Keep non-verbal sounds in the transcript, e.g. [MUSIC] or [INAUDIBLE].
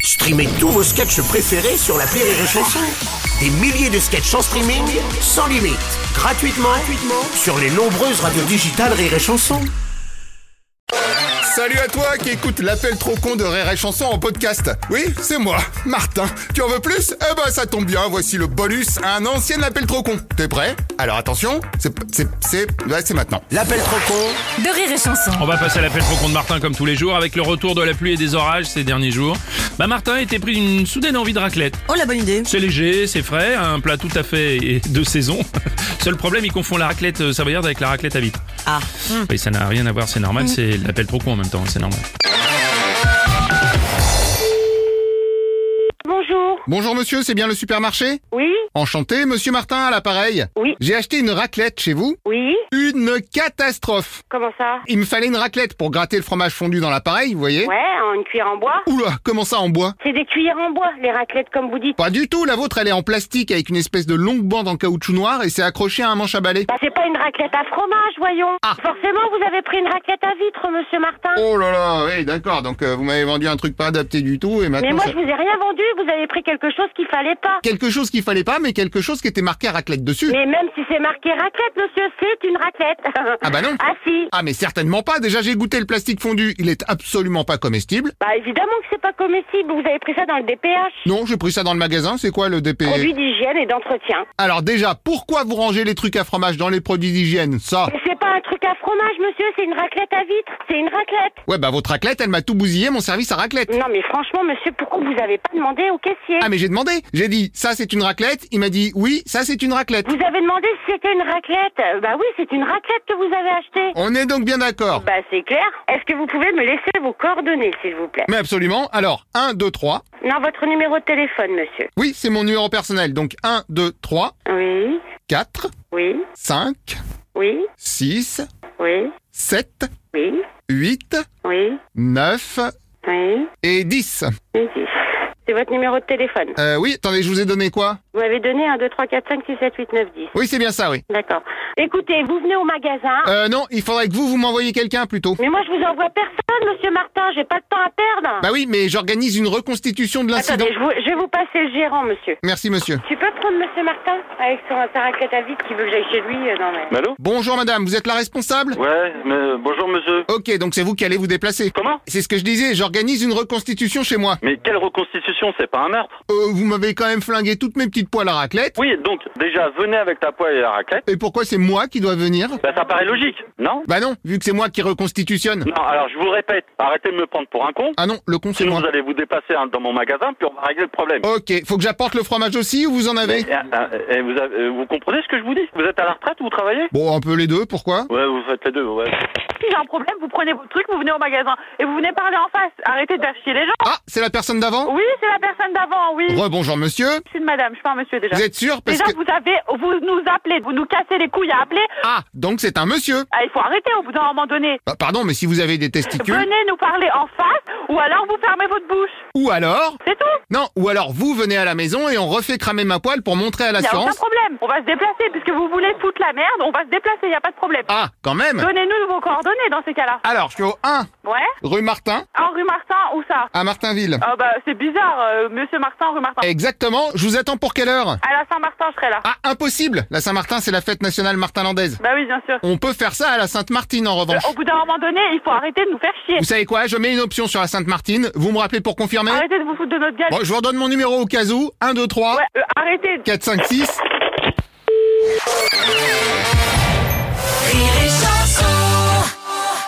Streamez tous vos sketchs préférés sur la Rire et Chanson. Des milliers de sketchs en streaming, sans limite, gratuitement, gratuitement sur les nombreuses radios digitales Rire et Chanson. Salut à toi qui écoute l'appel trop con de Rire et Chanson en podcast. Oui, c'est moi, Martin. Tu en veux plus Eh ben ça tombe bien, voici le bonus à un ancien appel trop con. T'es prêt Alors attention, c'est c'est c'est ouais, c'est maintenant. L'appel trop con de rire et chanson. On va passer à l'appel trop con de Martin comme tous les jours avec le retour de la pluie et des orages ces derniers jours. Bah Martin était pris d'une soudaine envie de raclette. Oh la bonne idée. C'est léger, c'est frais, un plat tout à fait de saison. [LAUGHS] Seul problème, il confond la raclette euh, savoyarde avec la raclette à vite. Ah. Oui, ça n'a rien à voir, c'est normal, c'est l'appel trop con en même temps, c'est normal. Bonjour. Bonjour monsieur, c'est bien le supermarché Oui, Enchanté, monsieur Martin à l'appareil. Oui. J'ai acheté une raclette chez vous. oui. Une catastrophe. Comment ça Il me fallait une raclette pour gratter le fromage fondu dans l'appareil, vous voyez Ouais, en une cuillère en bois. Oula, comment ça en bois C'est des cuillères en bois, les raclettes comme vous dites. Pas du tout, la vôtre elle est en plastique avec une espèce de longue bande en caoutchouc noir et c'est accroché à un manche à balai. Bah, c'est pas une raclette à fromage, voyons. Ah. Forcément, vous avez pris une raclette à vitre, monsieur Martin. Oh là là, oui, d'accord. Donc euh, vous m'avez vendu un truc pas adapté du tout et maintenant Mais moi, ça- je vous ai rien vendu, vous avez pris quelque chose qu'il fallait pas. quelque chose qu'il fallait pas, mais quelque chose qui était marqué à raclette dessus. Mais même si c'est marqué raclette, monsieur, c'est une raclette. Ah bah non. [LAUGHS] Ah si. Ah mais certainement pas. Déjà j'ai goûté le plastique fondu, il est absolument pas comestible. Bah, évidemment que c'est pas comestible, vous avez pris ça dans le DPH. Non, j'ai pris ça dans le magasin. C'est quoi le DP Produit d'hygiène et d'entretien. Alors déjà, pourquoi vous rangez les trucs à fromage dans les produits d'hygiène Ça. Mais c'est pas un truc à fromage, monsieur, c'est une raclette à vitre. C'est une raclette. Ouais bah votre raclette, elle m'a tout bousillé mon service à raclette. Non, mais franchement, monsieur, pourquoi vous avez pas demandé au caissier Ah mais j'ai demandé. J'ai dit ça c'est une raclette. Il m'a dit oui, ça c'est une raclette. Vous avez demandé si c'était une raclette. Euh, Bah oui, c'est une raclette que vous avez achetée. On est donc bien d'accord. Bah c'est clair. Est-ce que vous pouvez me laisser vos coordonnées, s'il vous plaît Mais absolument. Alors 1, 2, 3. Non, votre numéro de téléphone, monsieur. Oui, c'est mon numéro personnel. Donc 1, 2, 3, Oui, 4, oui, 5, oui, 6, oui, 7, oui, 8, oui, 9 oui, et 10. oui, oui. C'est votre numéro de téléphone. Euh, oui, attendez, je vous ai donné quoi Vous m'avez donné 1, 2, 3, 4, 5, 6, 7, 8, 9, 10. Oui, c'est bien ça, oui. D'accord. Écoutez, vous venez au magasin. Euh, non, il faudrait que vous, vous m'envoyiez quelqu'un plutôt. Mais moi, je vous envoie personne, monsieur Martin. J'ai pas de temps à perdre. Bah oui, mais j'organise une reconstitution de l'incident. Attendez, je, vous- je vais vous passer le gérant, monsieur. Merci, monsieur. Tu peux prendre Monsieur Martin avec son sa raclette à vide qui veut que j'aille chez lui euh, Non mais. Mais allô Bonjour, madame, vous êtes la responsable Ouais, mais euh, bonjour monsieur. Ok, donc c'est vous qui allez vous déplacer. Comment C'est ce que je disais, j'organise une reconstitution chez moi. Mais quelle reconstitution, c'est pas un meurtre Euh, vous m'avez quand même flingué toutes mes petites poêles à raclette. Oui, donc déjà venez avec ta poêle et la raclette. Et pourquoi c'est moi qui dois venir Bah ça paraît logique, non Bah non, vu que c'est moi qui reconstitutionne. Non, alors je vous le répète, arrêtez de me prendre pour un con. Ah non, le con c'est Sinon moi. vous allez vous dépasser hein, dans mon magasin puis on va régler le problème. Ok, faut que j'apporte le fromage aussi ou vous en avez Eh, eh, eh, vous, avez- euh, vous comprenez ce que je vous dis Vous êtes à la retraite ou vous travaillez Bon, un peu les deux, pourquoi Ouais, vous faites les deux, ouais. Si j'ai un problème, vous prenez votre truc, vous venez au magasin et vous venez parler en face. Arrêtez d'acheter les gens. Ah, c'est la personne d'avant Oui, c'est la personne d'avant, oui. Rebonjour monsieur, Je suis une madame, je suis pas un monsieur déjà. vous êtes sûr Parce Déjà, que... vous avez, vous nous appelez, vous nous cassez les couilles à appeler. Ah, donc c'est un monsieur Ah, il faut arrêter au bout d'un moment donné. Bah, Pardon, mais si vous avez des testicules... Venez nous parler en face ou alors vous fermez votre bouche. Ou alors... C'est tout. Non, ou alors vous venez à la maison et on refait cramer ma poêle pour montrer à Il n'y a aucun l'assurance... problème. On va se déplacer puisque vous voulez foutre la merde. On va se déplacer, il n'y a pas de problème. Ah, quand même Donnez-nous vos coordonnées dans ces cas-là. Alors, je suis au 1, Ouais rue Martin, En rue Martin ou ça à Martinville. Ah bah c'est bizarre, euh, monsieur Martin, rue Martin. Exactement, je vous attends pour quelle heure À la Saint-Martin, je serai là. Ah, impossible La Saint-Martin, c'est la fête nationale martinlandaise. Bah oui, bien sûr. On peut faire ça à la Sainte-Martine, en revanche. Au bout d'un moment donné, il faut arrêter de nous faire chier. Vous savez quoi Je mets une option sur la Sainte-Martine, vous me rappelez pour Ah confirmer Arrêtez de vous foutre de notre gueule. Bon, je vous redonne mon numéro au cas où. 1, 2, 3, Ouais, euh, arrêtez. 4, 5, 6.